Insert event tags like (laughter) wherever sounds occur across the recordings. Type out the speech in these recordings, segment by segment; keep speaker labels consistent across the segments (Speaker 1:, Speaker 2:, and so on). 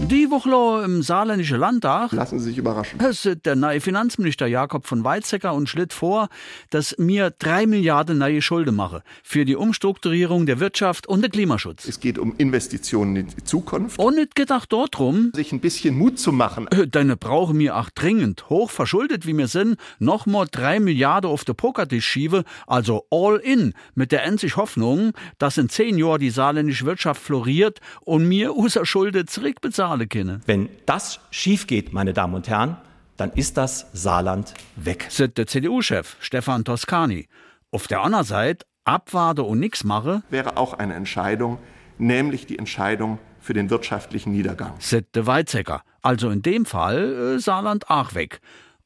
Speaker 1: Die Woche im saarländischen Landtag
Speaker 2: Lassen Sie sich überraschen.
Speaker 1: Es hat der neue Finanzminister Jakob von Weizsäcker und schlitt vor, dass mir drei Milliarden neue Schulden mache für die Umstrukturierung der Wirtschaft und den Klimaschutz.
Speaker 2: Es geht um Investitionen in die Zukunft.
Speaker 1: Und nicht gedacht dort drum,
Speaker 2: Sich ein bisschen Mut zu machen.
Speaker 1: deine brauchen mir auch dringend, hochverschuldet wie wir sind, noch mal drei Milliarden auf den Pokertisch schiebe, also all in, mit der einzig Hoffnung, dass in zehn Jahren die saarländische Wirtschaft floriert und mir (laughs) unsere Schulden zurückbezahlen können.
Speaker 3: Wenn das schief geht, meine Damen und Herren, dann ist das Saarland weg.
Speaker 1: sagt der CDU-Chef Stefan Toscani. Auf der anderen Seite, abwarte und nix mache,
Speaker 2: Wäre auch eine Entscheidung, nämlich die Entscheidung für den wirtschaftlichen Niedergang.
Speaker 1: sagt der Weizsäcker. Also in dem Fall äh, Saarland auch weg.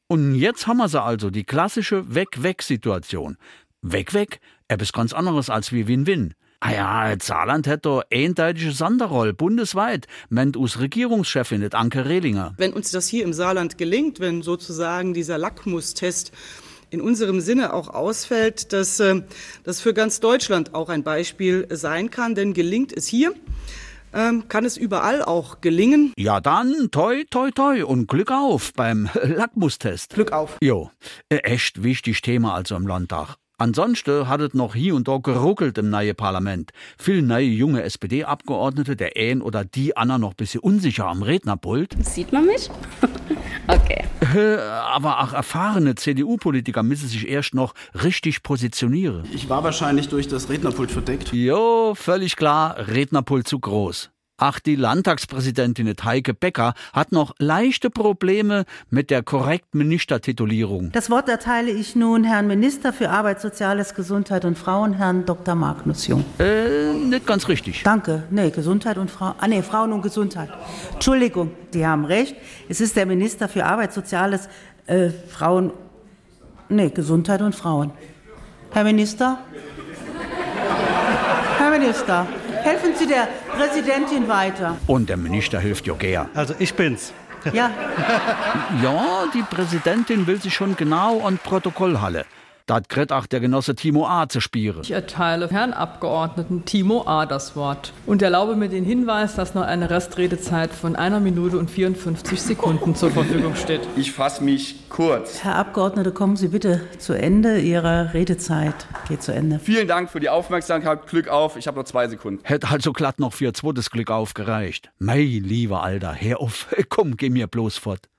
Speaker 1: Und jetzt haben wir sie also, die klassische Weg-Weg-Situation. Weg-Weg, etwas ganz anderes als wie Win-Win. Ah ja, das Saarland hätte doch eindeutige Sanderroll bundesweit, meint us Regierungschefin et Anke Rehlinger.
Speaker 4: Wenn uns das hier im Saarland gelingt, wenn sozusagen dieser Lackmustest in unserem Sinne auch ausfällt, dass äh, das für ganz Deutschland auch ein Beispiel sein kann. Denn gelingt es hier, ähm, kann es überall auch gelingen.
Speaker 1: Ja dann, toi, toi, toi und Glück auf beim (laughs) Lackmustest.
Speaker 4: Glück auf.
Speaker 1: Jo, äh, echt wichtig Thema also im Landtag. Ansonsten hat es noch hier und da geruckelt im neue Parlament. Viel neue junge SPD-Abgeordnete, der ein oder die Anna noch bisschen unsicher am Rednerpult.
Speaker 5: Sieht man mich? (laughs) Okay.
Speaker 1: Aber auch erfahrene CDU-Politiker müssen sich erst noch richtig positionieren.
Speaker 6: Ich war wahrscheinlich durch das Rednerpult verdeckt.
Speaker 1: Jo, völlig klar, Rednerpult zu groß. Ach, die Landtagspräsidentin Heike Becker hat noch leichte Probleme mit der korrekten Ministertitulierung.
Speaker 7: Das Wort erteile ich nun Herrn Minister für Arbeit, Soziales, Gesundheit und Frauen, Herrn Dr. Magnus Jung.
Speaker 1: Äh, nicht ganz richtig.
Speaker 7: Danke. Nee, Gesundheit und Frauen. Ah, nee, Frauen und Gesundheit. Entschuldigung, die haben recht. Es ist der Minister für Arbeit, Soziales, äh, Frauen. Nee, Gesundheit und Frauen. Herr Minister? Herr Minister, helfen Sie der Präsidentin weiter.
Speaker 1: Und der Minister hilft Jogea.
Speaker 8: Also ich bin's.
Speaker 7: Ja,
Speaker 1: (laughs) Ja, die Präsidentin will sich schon genau an Protokoll halle. Da hat Gret auch der Genosse Timo A. zu spielen.
Speaker 9: Ich erteile Herrn Abgeordneten Timo A. das Wort und erlaube mir den Hinweis, dass noch eine Restredezeit von einer Minute und 54 Sekunden zur Verfügung steht.
Speaker 10: Ich fasse mich kurz.
Speaker 7: Herr Abgeordnete, kommen Sie bitte zu Ende. Ihre Redezeit geht zu Ende.
Speaker 10: Vielen Dank für die Aufmerksamkeit. Glück auf. Ich habe noch zwei Sekunden.
Speaker 1: Hätte also (laughs) glatt noch für ein zweites Glück aufgereicht. Mei, lieber Alter, hör auf. Komm, geh mir bloß fort.